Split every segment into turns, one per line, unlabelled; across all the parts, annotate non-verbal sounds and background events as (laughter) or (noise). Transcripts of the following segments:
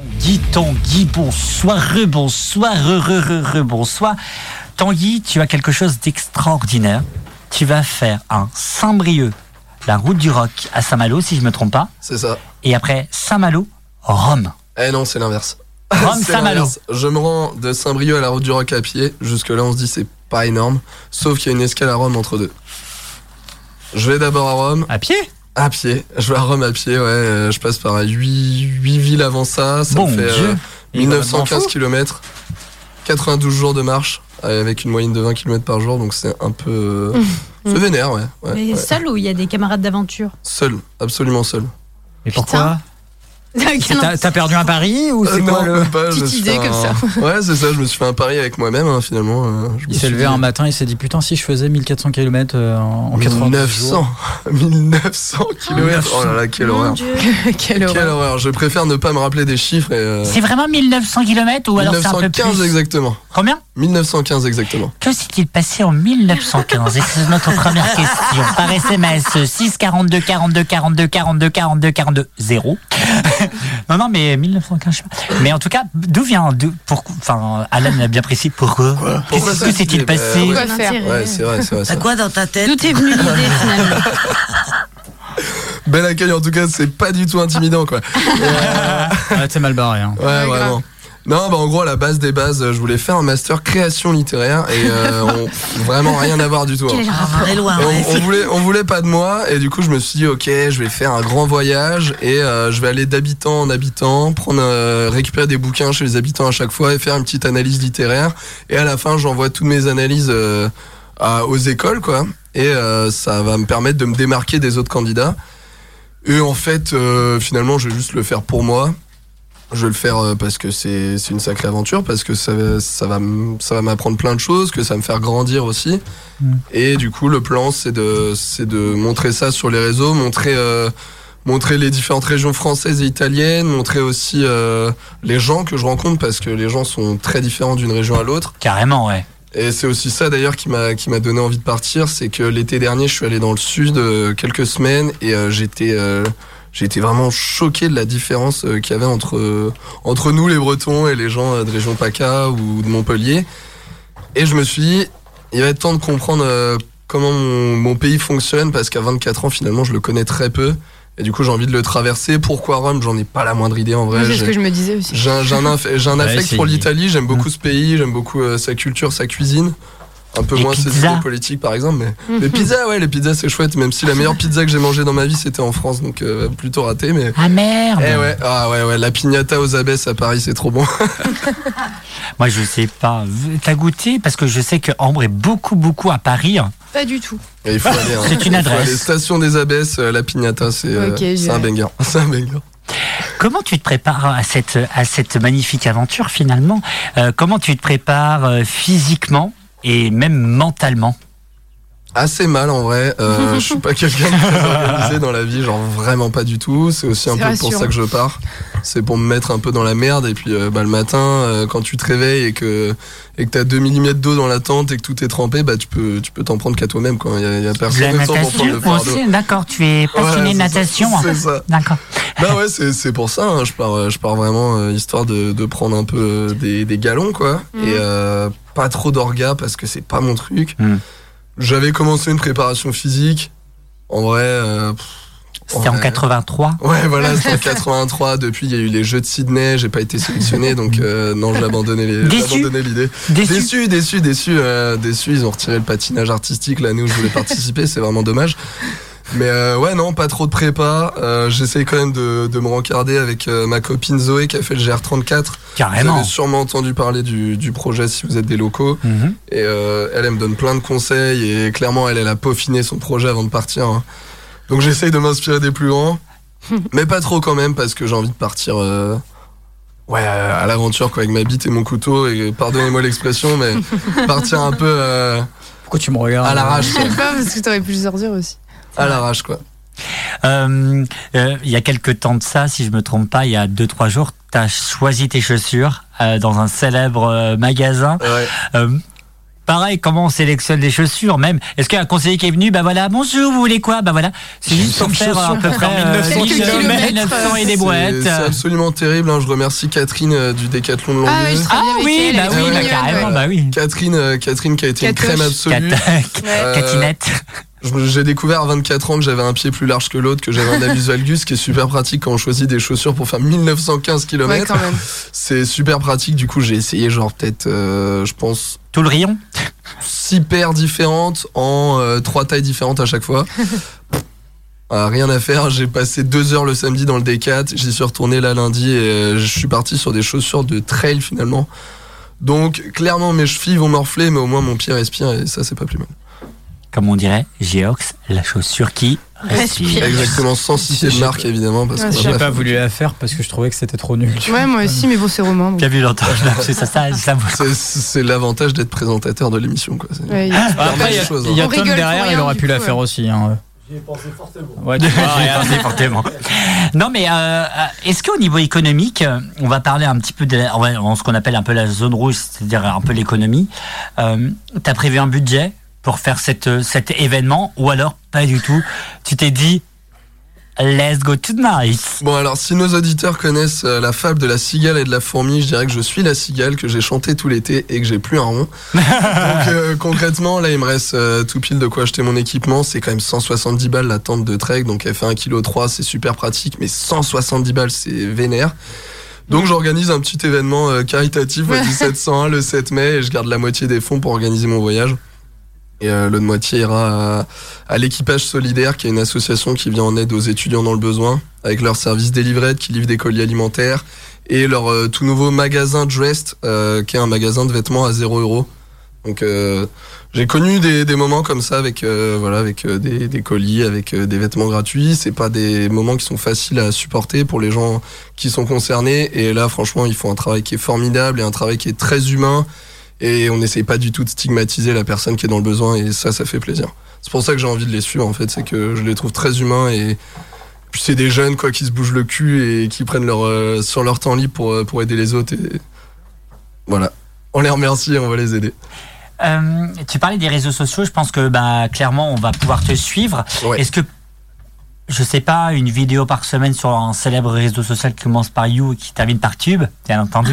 Tanguy, Tanguy, bonsoir, bonsoir, bonsoir. Tanguy, tu as quelque chose d'extraordinaire. Tu vas faire un Saint-Brieuc, la route du rock à Saint-Malo, si je me trompe pas.
C'est ça.
Et après Saint-Malo, Rome.
Eh non, c'est l'inverse.
Rome,
(laughs) C'est
Saint-Malo.
l'inverse. Je me rends de Saint-Brieuc à la route du Roc à pied. Jusque-là, on se dit c'est pas énorme. Sauf qu'il y a une escale à Rome entre deux. Je vais d'abord à Rome,
À pied
à pied. Je vais à Rome à pied, ouais. euh, Je passe par 8, villes avant ça. Ça
Bon
me fait euh,
Dieu.
Il est complètement
1915
fou.
km. 92 jours de marche. euh, Avec une moyenne de 20 km par jour. Donc c'est un peu. euh, C'est vénère, ouais. ouais,
Mais
ouais.
seul ou il y a des camarades d'aventure (laughs)
Seul, absolument seul.
Mais pourquoi T'as
Quel-
t'as perdu un pari ou
Euh,
c'est
non,
quoi le...
même pas, je me
Petite
suis
idée
fait
comme
un-
ça.
(laughs) Ouais, c'est ça, je me suis fait un pari avec moi-même, hein, finalement. euh, je me
Il s'est
suis
levé
dit,
un matin, il s'est dit putain si je faisais 1400 km euh, en, en 90 jours.
(laughs) 1900 1900 km Oh là là, quelle
Mon
horreur
Dieu.
Quelle
Quelle
horreur.
horreur Je préfère ne pas me rappeler des chiffres et... euh,
C'est vraiment 1900 km ou alors c'est un peu
1915
plus
exactement.
Combien
1915 exactement.
Que s'est-il passé en 1915 Et c'est notre première question. Par SMS, 6 42 42 42 42 42 42 0. (laughs) non, non, mais 1915, je sais pas. Mais en tout cas, d'où vient... d'où- pour- enfin, Alan l'a bien précisé. Pourquoi
Pourquoi
Qu'est-ce
ça
que
se dit
s'est-il
Bah,
passé
Quoi
Quel
faire
intérêt
Ouais, c'est vrai, c'est vrai.
(laughs)
T'as
ça.
quoi dans ta tête
D'où t'es venue l'idée
(laughs)
finalement
Bel accueil en tout cas, c'est pas du tout intimidant quoi.
Ah, t'es mal barré. Hein.
Ouais,
Ouais,
vraiment. Non, bah en gros, à la base des bases, euh, je voulais faire un master création littéraire et euh, on- vraiment rien à voir du tout. hein.
Quel
Ah,
rapport
on est loin,
Et
ouais.
on, on voulait, on voulait pas de moi, et du coup je me suis dit ok, je vais faire un grand voyage et euh, je vais aller d'habitant en habitant, prendre, euh, récupérer des bouquins chez les habitants à chaque fois et faire une petite analyse littéraire. Et à la fin, j'envoie toutes mes analyses euh, à- aux écoles, quoi. Et euh, ça va me permettre de me démarquer des autres candidats. Et en fait, euh, finalement, je vais juste le faire pour moi. Je vais le faire euh, parce que c'est c'est une sacrée aventure, parce que ça, va- ça va m- ça va m'apprendre plein de choses, que ça va me faire grandir aussi. Et du coup, le plan, c'est de, c'est de montrer ça sur les réseaux, montrer, euh, montrer les différentes régions françaises et italiennes, montrer aussi euh, les gens que je rencontre, parce que les gens sont très différents d'une région à l'autre.
Carrément, ouais.
Et c'est aussi ça d'ailleurs qui m'a qui m'a donné envie de partir, c'est que l'été dernier, je suis allé dans le sud euh, quelques semaines et euh, j'étais euh, j'étais vraiment choqué de la différence euh, qu'il y avait entre euh, entre nous les Bretons et les gens euh, de région PACA ou de Montpellier. Et je me suis dit, il va être temps de comprendre euh, comment mon, mon pays fonctionne parce qu'à 24 ans finalement, je le connais très peu. Et du coup, j'ai envie de le traverser. Pourquoi Rome J'en ai pas la moindre idée en vrai.
C'est ce
J'ai-
que je me disais aussi.
j'ai un, j'ai un inf- j'ai un
Ouais,
affect
c'est-
pour l'Italie, j'aime
Mm.
beaucoup ce pays, j'aime beaucoup euh, sa culture, sa cuisine. Un peu
Les
moins ses
pizzas.
idées politiques par exemple, mais
Mhm.
les pizzas, ouais, les pizzas c'est chouette, même si la meilleure pizza que j'ai mangée dans ma vie c'était en France, donc euh, plutôt raté, mais.
Ah merde
Eh ouais, ah ouais, ouais, la pignata aux abbesses à Paris c'est trop bon.
Moi, je sais pas. T'as goûté Parce que je sais que Ambre est beaucoup, beaucoup à Paris.
Pas du tout.
(laughs)
Et il faut aller, hein.
C'est une
Il faut
adresse.
aller, station des abbesses, euh, la pignata c'est euh,
Ok,
c'est un
j'irai.
banger. (laughs) C'est un banger.
Comment tu te prépares à cette, à cette magnifique aventure finalement Euh, Comment tu te prépares euh, physiquement et même mentalement
Assez mal en vrai, euh,
(laughs)
je suis pas quelqu'un de très organisé dans la vie, genre vraiment pas du tout. C'est aussi un
C'est
peu pour
rassurant.
ça que je pars. C'est pour me mettre un peu dans la merde et puis euh, bah, le matin euh, quand tu te réveilles et que et que t'as 2 mm d'eau dans la tente et que tout est trempé, bah tu peux tu peux t'en prendre qu'à toi-même quand il y, a- y a
De la
personne d'autre pour prendre
natation
le fardeau.
aussi D'accord, tu es passionné
Ouais,
de
c'est ça,
natation. hein.
C'est ça.
D'accord.
Bah ouais, c'est c'est pour ça. hein. Je pars, euh, je pars vraiment euh, histoire de, de prendre un peu euh, des, des galons quoi. Et euh, pas trop d'orga parce que c'est pas mon truc.
Mm.
J'avais commencé une préparation physique. En vrai, euh, pff,
C'était en
Ouais.
83.
ouais voilà, c'était en 83. Depuis, il y a eu les Jeux de Sydney. J'ai pas été sélectionné, donc euh, non, j'ai abandonné les- j'ai
Déçu.
abandonné l'idée.
Déçu.
Déçu, déçu, déçu, euh, déçu. Ils ont retiré le patinage artistique l'année où je voulais participer. C'est vraiment dommage. Mais euh, ouais, non, pas trop de prépa. Euh, J'essaye quand même de, de me rencarder avec euh, ma copine Zoé qui a fait le GR34. Vous
Carrément.
avez sûrement entendu parler du, du projet si vous êtes des locaux.
Mhm.
Et euh, elle, elle me donne plein de conseils. Et clairement, elle, elle a peaufiné son projet avant de partir. hein. Donc j'essaye de m'inspirer des plus grands. mais pas trop quand même, parce que j'ai envie de partir euh, ouais, à l'aventure quoi, avec ma bite et mon couteau. Et pardonnez-moi l'expression, mais partir un peu euh,
Pourquoi tu me regardes
à l'arrache.
Je
quoi.
sais pas parce que t'aurais pu le sortir aussi.
À l'arrache, quoi.
Euh, euh, il y a quelques temps de ça, si je me trompe pas, il y a 2-3 jours, tu as choisi tes chaussures euh, dans un célèbre euh, magasin.
Ouais.
Euh, pareil, comment on sélectionne les chaussures, même. Est-ce qu'un conseiller qui est venu, bah voilà, bonjour, vous voulez quoi Bah voilà. C'est juste pour
Comme
faire à
chaussures.
peu près euh,
1900
1000
kilomètres.
kilomètres, 900 et des
C'est-
boîtes.
C'est absolument terrible. hein. Je remercie Catherine euh, du Décathlon de
Ah oui,
Longueuil.
je travaille
Ah
avec
oui,
elle,
bah
elle est
oui, bah
mignonne,
carrément,
ouais.
bah oui.
Catherine, euh, Catherine qui a été
Catoche.
une crème absolue.
Cat-
Ouais.
Euh,
Catinette.
Je- J'ai découvert à 24 ans que j'avais un pied plus large que l'autre, que j'avais un abus valgus, ce qui est super pratique quand on choisit des chaussures pour faire 1915
Ouais,
km.
quand même.
c'est super pratique. Du coup, j'ai essayé genre peut-être, euh, je pense,
Tout le rayon.
six paires différentes en euh, trois tailles différentes à chaque
(laughs)
fois. Ah, rien à faire, j'ai passé deux heures le samedi dans le D4, j'y suis retourné là lundi et euh, je suis parti sur des chaussures de trail finalement. Donc clairement mes chevilles vont morfler mais au moins mon pied respire et ça c'est pas
(laughs)
plus mal.
Comme on dirait, Geox, la chaussure qui respire.
Respire.
Exactement sans citer de marque évidemment parce
Ouais,
qu'on va
j'ai
euh J'ai
pas
pas
faire.
voulu la faire parce que je trouvais que c'était trop nul.
Ouais, moi aussi, mais bon, c'est romain. donc.
Bien vu l'entendre, (laughs) c'est ça, ça, ça vaut-
C'est- C'est l'avantage d'être présentateur de l'émission quoi. C'est-
Ouais, il y
Ah
a-
Après,
Après, il y a,
chose, hein.
il y a
On
Tom
rigole pour
derrière,
rien,
il aurait
du
pu la
coup,
faire
ouais.
aussi. Hein. J'y ai pensé fortement. Ouais, tu (laughs) vois,
(laughs) Ah,
regarde.
c'est fortement. Non, mais euh, est-ce qu'au niveau économique, euh, on va parler un petit peu de la- on va- on- ce qu'on appelle un peu la zone rouge, c'est-à-dire un peu l'économie. Euh, T'as prévu un budget pour faire cette, euh, cet événement ou alors pas du tout Tu t'es dit, let's go tonight.
Bon alors si nos auditeurs connaissent euh, la fable de la cigale et de la fourmi, je dirais que je suis la cigale que j'ai chantée tout l'été et que j'ai plus un rond. Donc euh, concrètement là il me reste euh, tout pile de quoi acheter mon équipement, c'est quand même 170 balles la tente de trek donc elle fait 1,3 kg, c'est super pratique mais 170 balles c'est vénère. Donc j'organise un petit événement euh, caritatif au
Ouais.
1701 le 7 mai et je garde la moitié des fonds pour organiser mon voyage. Et euh, l'autre moitié ira à, à l'équipage solidaire, qui est une association qui vient en aide aux étudiants dans le besoin, avec leur service délivrette qui livre des colis alimentaires et leur euh, tout nouveau magasin Dressed, euh, qui est un magasin de vêtements à 0 euros. Donc euh, j'ai connu des, des moments comme ça avec euh, voilà avec euh, des, des colis, avec euh, des vêtements gratuits. C'est pas des moments qui sont faciles à supporter pour les gens qui sont concernés. Et là, franchement, ils font un travail qui est formidable et un travail qui est très humain. Et on n'essaye pas du tout de stigmatiser la personne qui est dans le besoin. Et ça, ça fait plaisir. C'est pour ça que j'ai envie de les suivre, en fait. C'est que je les trouve très humains et puis c'est des jeunes, quoi, qui se bougent le cul et qui prennent leur, euh, sur leur temps libre pour, euh, pour aider les autres. Et voilà. On les remercie et on va les aider.
Euh, tu parlais des réseaux sociaux, je pense que bah, clairement on va pouvoir te suivre.
Ouais.
Est-ce que, je sais pas, une vidéo par semaine sur un célèbre réseau social qui commence par You et qui termine par Tube, bien entendu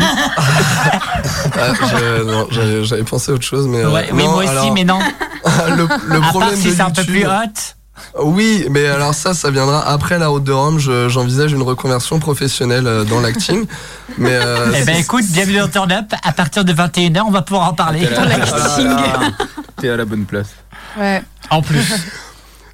Ah, je- (laughs) non, j'avais j'avais pensé à autre chose, mais. euh,
Ouais, Oui,
non,
moi aussi,
alors, (laughs)
mais non.
le, le
À
problème
part si
de
c'est un peu
YouTube- euh,
plus hot.
Oui, mais alors ça, ça viendra après la route de Rome. Je- J'envisage une reconversion professionnelle euh, dans
(laughs)
l'acting. mais euh,
Eh ben
c'est-
écoute, bienvenue dans Turn Up. À partir de 21h, on va pouvoir en parler.
T'es à la- Ah, T'es à la bonne place.
Ouais.
En plus,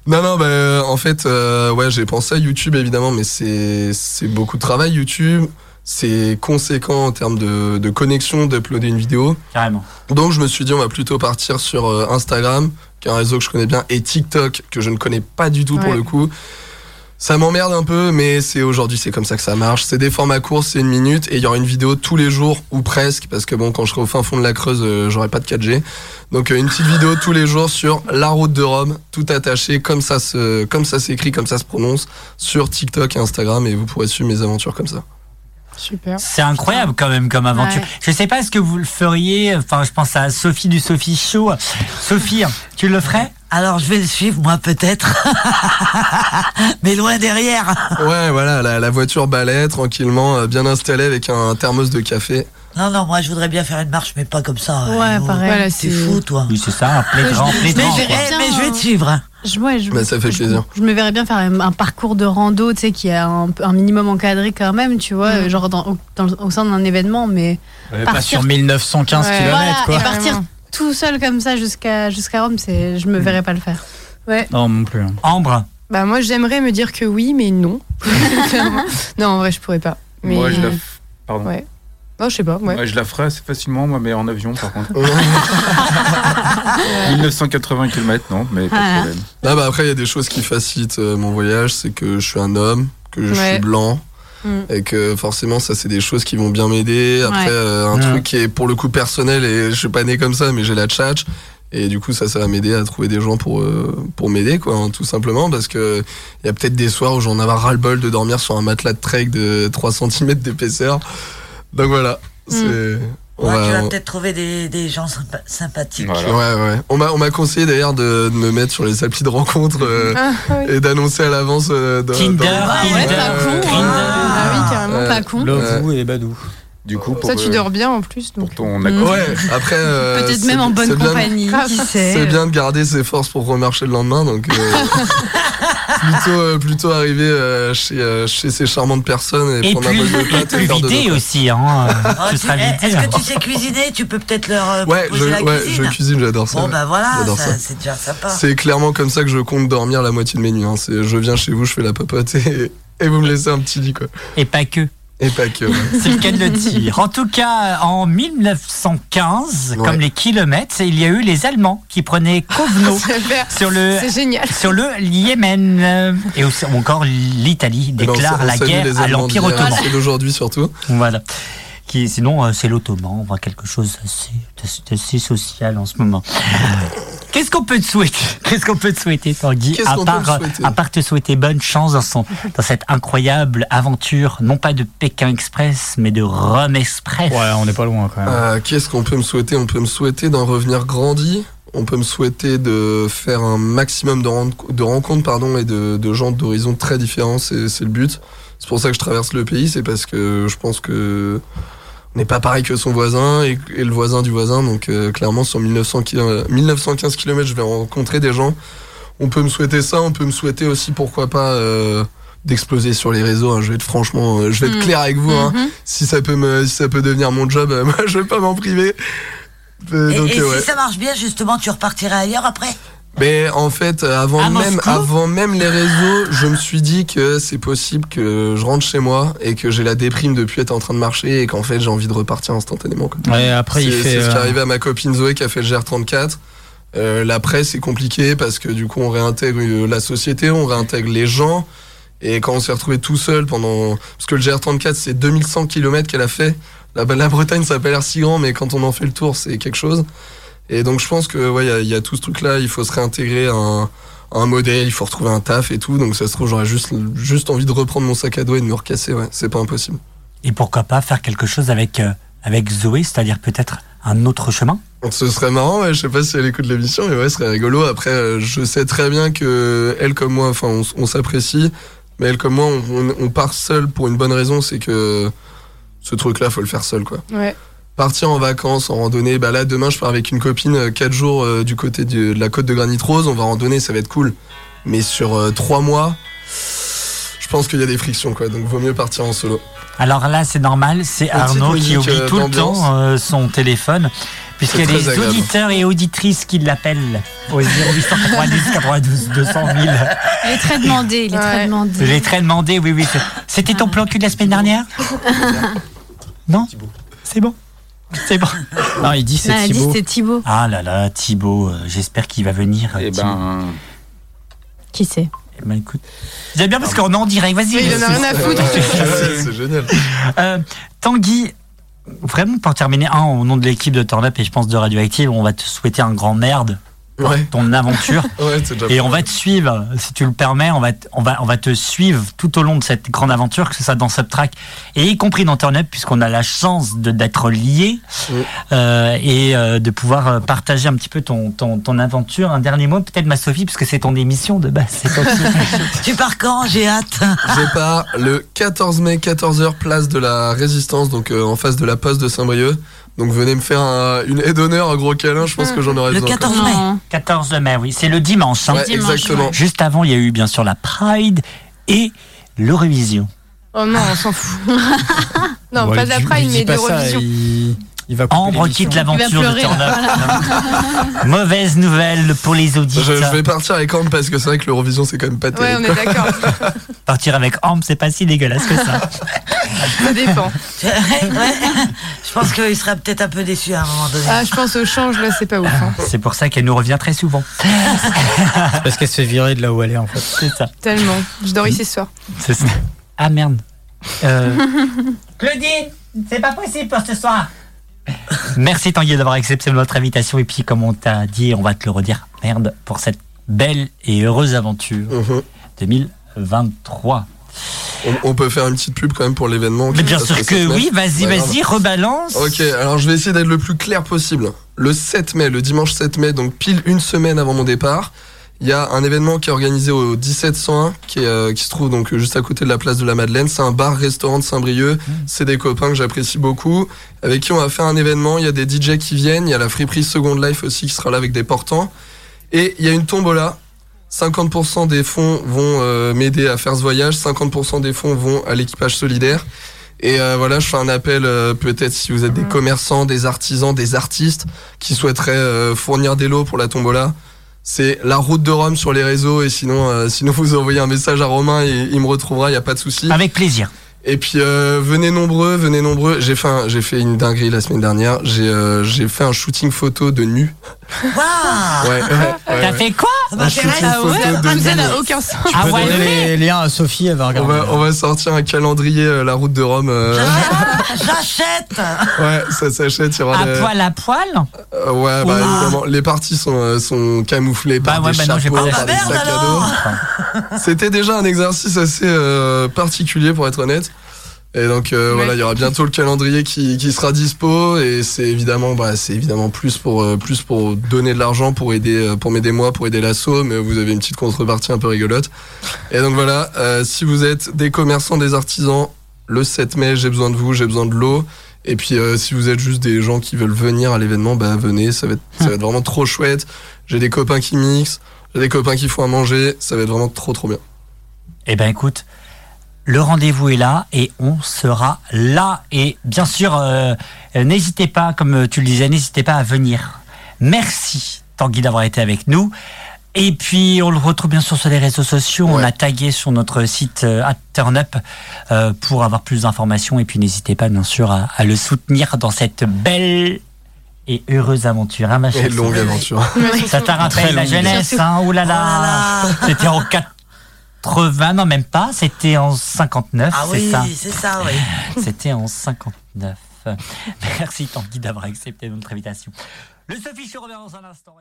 Non, non, bah, euh, en fait, euh, ouais, j'ai pensé à YouTube évidemment, mais c'est c'est beaucoup de travail YouTube. C'est conséquent en termes de, de connexion d'uploader une vidéo.
Carrément.
Donc je me suis dit on va plutôt partir sur euh, Instagram, qui est un réseau que je connais bien, et TikTok, que je ne connais pas du tout pour
Ouais.
le coup. Ça m'emmerde un peu, mais c'est aujourd'hui, c'est comme ça que ça marche. C'est des formats courts, c'est une minute, et il y aura une vidéo tous les jours, ou presque, parce que bon, quand je serai au fin fond de la Creuse, euh, j'aurai pas de 4G. Donc euh, une petite vidéo tous les jours sur la route de Rome, tout attaché, comme ça se, comme ça s'écrit, comme ça se prononce, sur TikTok et Instagram, et vous pourrez suivre mes aventures comme ça.
Super.
C'est incroyable quand même comme aventure.
Ouais.
Je sais pas ce que vous le feriez. Enfin, je pense à Sophie du Sophie Show. Sophie, tu le ferais
Alors je vais le suivre moi peut-être, (laughs) mais loin derrière.
Ouais, voilà, la, la voiture balai, tranquillement, euh, bien installée avec un thermos de café.
Non non, moi je voudrais bien faire une marche, mais pas comme ça. hein.
Ouais,
Allô,
pareil.
Voilà,
T'es
c'est-
fou toi.
Oui, c'est ça, un plaidrant,
Mais,
plaidrant.
je-
quoi.
eh, mais je vais te suivre. hein.
Je, ouais, je,
Bah, ça fait
je-
(laughs)
plaisir.
Je, me verrais bien faire un, un parcours de rando, tu sais, qui a un, un minimum encadré quand même, tu vois,
Mm.
genre dans, au, dans- au sein d'un événement, mais
pas
Partir-
sur 1915
Ouais.
km
voilà,
quoi.
et partir
Carrément.
tout seul comme ça jusqu'à jusqu'à Rome, c'est, je me verrais pas le faire.
Non, non plus. hein.
Ambre,
Euh,
Bah, moi, j'aimerais me dire que oui, mais (laughs) non. Clairement. non, en vrai, je pourrais pas. Mais...
Moi,
euh,
je la, f- pardon.
ouais. Non, je sais pas, ouais.
Moi, je la ferai assez facilement, moi, mais en avion, par contre.
Ouais.
1980 km, non, mais pas de
Voilà.
problème.
Ah bah après il y a des choses qui facilitent euh, mon voyage, c'est que je suis un homme, que je
Ouais.
suis blanc.
Mm.
Et que forcément, ça, c'est des choses qui vont bien m'aider. Après,
Ouais.
euh, un
Ouais.
truc qui est pour le coup personnel, et je suis pas né comme ça, mais j'ai la tchatch. Et du coup, ça, ça va m'aider à trouver des gens pour, euh, pour m'aider, quoi, hein, tout simplement. Parce que il y a peut-être des soirs où j'en avais ras-le-bol de
Mm.
dormir sur un matelas de trek de 3 cm d'épaisseur. Donc voilà. c'est- On
Ouais,
va-
tu vas
on-
peut-être trouver des, des gens sympa- sympathiques.
Voilà.
Ouais, ouais. On m'a, on m'a conseillé d'ailleurs de, de me mettre sur les applis de rencontre euh,
Ah, oui.
et d'annoncer à l'avance. euh, dans-
Tinder,
dans-
Ah ouais,
Tinder,
pas con,
euh,
hein.
Ah oui, carrément.
Euh,
Pas con.
Love vous et Badou.
Du coup, pour,
Ça, tu
euh,
dors bien en plus.
pour
Donc.
ton
Mm.
accord.
Ouais, après. oh, euh,
Peut-être
c'est-
même en bonne
c'est bien-
compagnie. Qui sait
C'est bien de garder ses forces pour remarcher le lendemain, donc euh, plutôt euh, plutôt arriver euh, chez euh, chez ces charmantes personnes et,
Et
prendre un
puis,
bol
(laughs)
de
et
pâtes et
puis
faire de
vider aussi, hein. euh,
Oh,
tu
tu-
seras
eh,
vidé.
Est-ce que tu sais cuisiner Tu peux peut-être leur euh,
Ouais, je,
proposer la
ouais,
cuisine.
je cuisine, j'adore ça.
Bon,
ouais.
bah voilà,
J'adore
ça-
ça.
c'est déjà sympa.
C'est clairement comme ça que je compte dormir la moitié de mes nuits. hein. C'est, je viens chez vous, je fais la papote et, et vous me laissez un petit lit quoi.
Et pas que.
Et pas que. ouais.
C'est le cas de le dire. En tout cas, en 1915,
Ouais.
comme les kilomètres, il y a eu les Allemands qui prenaient Kovno
Super.
sur le
C'est génial.
sur le Yémen. Euh, Et aussi, ou encore l'Italie
Eh ben, on
déclare
sa- on
la
salue
guerre
les
à
Allemands
l'Empire
d'hier et
ottoman.
ceux d'aujourd'hui surtout.
Voilà. Qui, sinon, euh, c'est l'ottoman. On voit quelque chose d'assez- d'assez d'assez social en ce moment. Qu'est-ce qu'on peut te souhaiter Qu'est-ce qu'on peut te souhaiter, Tanguy
Qu'est-ce
à
qu'on peut
part, euh,
me souhaiter
à part te souhaiter bonne chance dans, son, dans cette incroyable aventure, non pas de Pékin Express, mais de Rome Express.
Ouais, on n'est pas loin quand même.
Euh, qu'est-ce qu'on peut me souhaiter On peut me souhaiter d'en revenir grandi. On peut me souhaiter de faire un maximum de, ren- de rencontres pardon, et de, de gens d'horizons très différents. C'est, c'est le but. C'est pour ça que je traverse le pays. C'est parce que je pense que on n'est pas pareil que son voisin et, et le voisin du voisin. Donc euh, clairement, sur 1900 ki- euh, 1915 km, je vais rencontrer des gens. On peut me souhaiter ça. On peut me souhaiter aussi, pourquoi pas, euh, d'exploser sur les réseaux. hein. Je vais être franchement, euh, je vais être
Mm.
clair avec vous. hein
Mhm.
si ça peut me, si ça peut devenir mon job, euh, (laughs) moi je vais pas m'en priver. Euh,
Et,
donc,
et
euh, ouais.
si ça marche bien, justement, tu repartirais ailleurs après (laughs)
Mais en fait, euh, avant
À
même,
Moscou
avant même les réseaux, je me suis dit que c'est possible que je rentre chez moi et que j'ai la déprime de plus être en train de marcher et qu'en fait j'ai envie de repartir instantanément. quoi.
Ouais, après, il
C'est-
fait.
C'est ce qui est
euh,
arrivé à ma copine Zoé qui a fait le GR34. Euh, L'après, c'est compliqué parce que du coup, on réintègre euh, la société, on réintègre les gens. Et quand on s'est retrouvé tout seul pendant. Parce que le GR34, c'est 2100 km qu'elle a fait. La, la Bretagne, ça n'a pas l'air si grand, mais quand on en fait le tour, c'est quelque chose. Et donc, je pense que, ouais, il y a- il y, a tout ce truc-là, il faut se réintégrer à un, à un modèle, il faut retrouver un taf et tout. Donc, ça se trouve, j'aurais juste, juste envie de reprendre mon sac à dos et de me recasser, ouais. C'est pas impossible.
Et pourquoi pas faire quelque chose avec, euh, avec Zoé, c'est-à-dire peut-être un autre chemin
Ce serait marrant, ouais, je sais pas si elle écoute l'émission, mais ouais, ce serait rigolo. Après, euh, je sais très bien que elle comme moi, enfin, on, s- on s'apprécie, mais elle comme moi, on, on- on part seul pour une bonne raison, c'est que ce truc-là, faut le faire seul, quoi.
Ouais.
Partir en vacances, en randonnée, bah là, demain, je pars avec une copine, euh, quatre jours euh, du côté du- de la côte de Granit Rose, on va randonner, ça va être cool. Mais sur euh, trois mois, je pense qu'il y a des frictions, quoi, donc vaut mieux partir en solo.
Alors là, c'est normal, c'est
Petite
Arnaud qui
musique,
oublie
euh,
tout le
d'ambiance.
temps euh, son téléphone, puisqu'il y a
C'est
des
très agréable.
auditeurs et auditrices qui l'appellent
(laughs)
au 0890 92 200 000.
Il est très demandé, il est
Ouais.
très
Je l'ai
demandé.
très demandé, oui, oui. c'est- C'était ton plan cul de la semaine dernière Non C'est bon C'est bon.
Non, il dit c'est
Ah, elle dit
Thibaut.
c'est Thibaut.
Ah là là, Thibaut, euh, j'espère qu'il va venir.
Mm.
euh,
Eh
Thibaut.
ben,
Qui sait
Eh ben, écoute. J'aime bien parce qu'on est en direct, vas-y.
Mais il en a rien à foutre.
(laughs) Ouais, c'est génial.
Euh, Tanguy, vraiment pour terminer, un, au nom de l'équipe de Turn Up et je pense de Radioactive, on va te souhaiter un grand merde pour
Ouais,
ton aventure
ouais, c'est déjà
et on va te suivre, si tu le permets, on va, te- on va, on va te suivre tout au long de cette grande aventure, que ce soit dans Subtrack et y compris dans Turn Up, puisqu'on a la chance de- d'être liés
Oui.
euh, et euh, de pouvoir euh, partager un petit peu ton, ton, ton aventure. Un dernier mot, peut-être ma Sophie, puisque c'est ton émission de base. c'est toi qui-
(laughs) Tu pars quand J'ai hâte.
Je pars le 14 mai, 14h, place de la Résistance, donc euh, en face de la poste de Saint-Brieuc. Donc venez me faire un- une aide d'honneur, un gros câlin, je pense que j'en aurai
Le
besoin.
14 mai.
14 mai, oui, c'est le dimanche. hein.
Ouais,
dimanche,
exactement.
Juste avant, il y a eu bien sûr la Pride et l'Eurovision.
Oh non,
Ah.
on s'en fout. non,
Bon,
pas
lui-
de la
lui
Pride,
dis
mais
pas ça,
d'Eurovision.
Il il va couper
Ambre
l'émission.
quitte l'aventure
Il va
de
pleurer,
Turn Up. Mauvaise nouvelle pour les
Je,
auditeurs.
je vais partir avec Ambre parce que c'est vrai que l'Eurovision c'est quand même pas
Ouais, on
terrible.
est d'accord.
Partir avec Ambre, c'est pas si dégueulasse que ça.
(laughs)
ça dépend.
Ouais, ouais. Je pense qu'il sera peut-être un peu déçu à un moment donné.
Ah, je pense au change, là, c'est pas ouf. hein.
C'est pour ça qu'elle nous revient très souvent.
C'est Parce qu'elle se fait virer de là où elle est en fait.
C'est ça.
Tellement. Je dors ici ce soir.
C'est ça. Ah merde. Euh, (laughs) Claudine, c'est pas possible pour ce soir. Merci Tanguy d'avoir accepté notre invitation. Et puis, comme on t'a dit, on va te le redire, merde, pour cette belle et heureuse aventure
Mhm.
2023.
On, on peut faire une petite pub quand même pour l'événement.
Mais
qui
bien
se
sûr
passe le
que
7 mai.
oui, vas-y,
Ouais,
vas-y, rebalance.
Ok, alors je vais essayer d'être le plus clair possible. Le 7 mai, le dimanche 7 mai, donc pile une semaine avant mon départ, il y a un événement qui est organisé au 1701, qui, est, euh, qui se trouve donc juste à côté de la place de la Madeleine. C'est un bar-restaurant de Saint-Brieuc. C'est des copains que j'apprécie beaucoup, avec qui on va faire un événement. Il y a des DJ qui viennent, il y a la friperie Second Life aussi qui sera là avec des portants. Et il y a une tombola. 50% des fonds vont euh, m'aider à faire ce voyage, 50% des fonds vont à l'équipage solidaire. Et euh, voilà, je fais un appel euh, peut-être si vous êtes des commerçants, des artisans, des artistes qui souhaiteraient euh, fournir des lots pour la tombola. C'est la route de Rome sur les réseaux et sinon, euh, sinon (laughs) vous envoyez un message à Romain et il me retrouvera, il y a pas de souci.
Avec plaisir.
Et puis euh, venez nombreux, venez nombreux. J'ai fait, un- j'ai fait une dinguerie la semaine dernière. J'ai, euh, j'ai fait un shooting photo de nu.
Waouh
Ouais, ouais, ouais,
ah. T'as
ouais.
fait quoi
Ça
Un shooting
m'intéresse.
photo
Ah,
de
Ça
nu.
n'a aucun sens.
Ah
Je peux
ouais,
donner
mais-
les liens à Sophie, elle va
On
regarder.
va, on va sortir un calendrier euh, la route de Rome. euh,
J'achète (laughs) J'achète
(laughs) ouais, ça s'achète. il y aura
à
des-
poil à poil
Euh, ouais, bah évidemment, les parties sont, euh, sont camouflées
Bah
par
ouais,
des
bah non, j'ai
chapeaux,
pas
par
la
des
merde,
sacs à
alors
dos. C'était déjà un exercice assez euh, particulier pour être honnête. Et donc euh, voilà, il y aura bientôt le calendrier qui, qui sera dispo et c'est évidemment bah c'est évidemment plus pour euh, plus pour donner de l'argent pour aider euh, pour m'aider moi pour aider l'assaut mais vous avez une petite contrepartie un peu rigolote. Et donc voilà, euh, si vous êtes des commerçants, des artisans, le 7 mai, j'ai besoin de vous, j'ai besoin de l'eau. Et puis euh, si vous êtes juste des gens qui veulent venir à l'événement, bah venez, ça va être, ça va être vraiment trop chouette. J'ai des copains qui mixent, j'ai des copains qui font à manger, ça va être vraiment trop trop bien.
Eh ben écoute, le rendez-vous est là et on sera là. Et bien sûr, euh, euh, n'hésitez pas, comme euh, tu le disais, n'hésitez pas à venir. Merci Tanguy d'avoir été avec nous. Et puis on le retrouve bien sûr sur les réseaux sociaux. On
Ouais.
l'a tagué sur notre site euh, at TurnUp euh, pour avoir plus d'informations. Et puis n'hésitez pas bien sûr à, à le soutenir dans cette belle et heureuse aventure. hein, ma
Et
chérie.
longue aventure.
Ça t'a rappelé la jeunesse,
Surtout.
hein, oulala.
Ah là là.
C'était en 80, non même pas, c'était en 59,
Ah
c'est
oui, (laughs)
ça.
c'est ça, oui.
C'était en 59. Merci Tanguy d'avoir accepté notre invitation. Le Sophie sur revient dans un instant.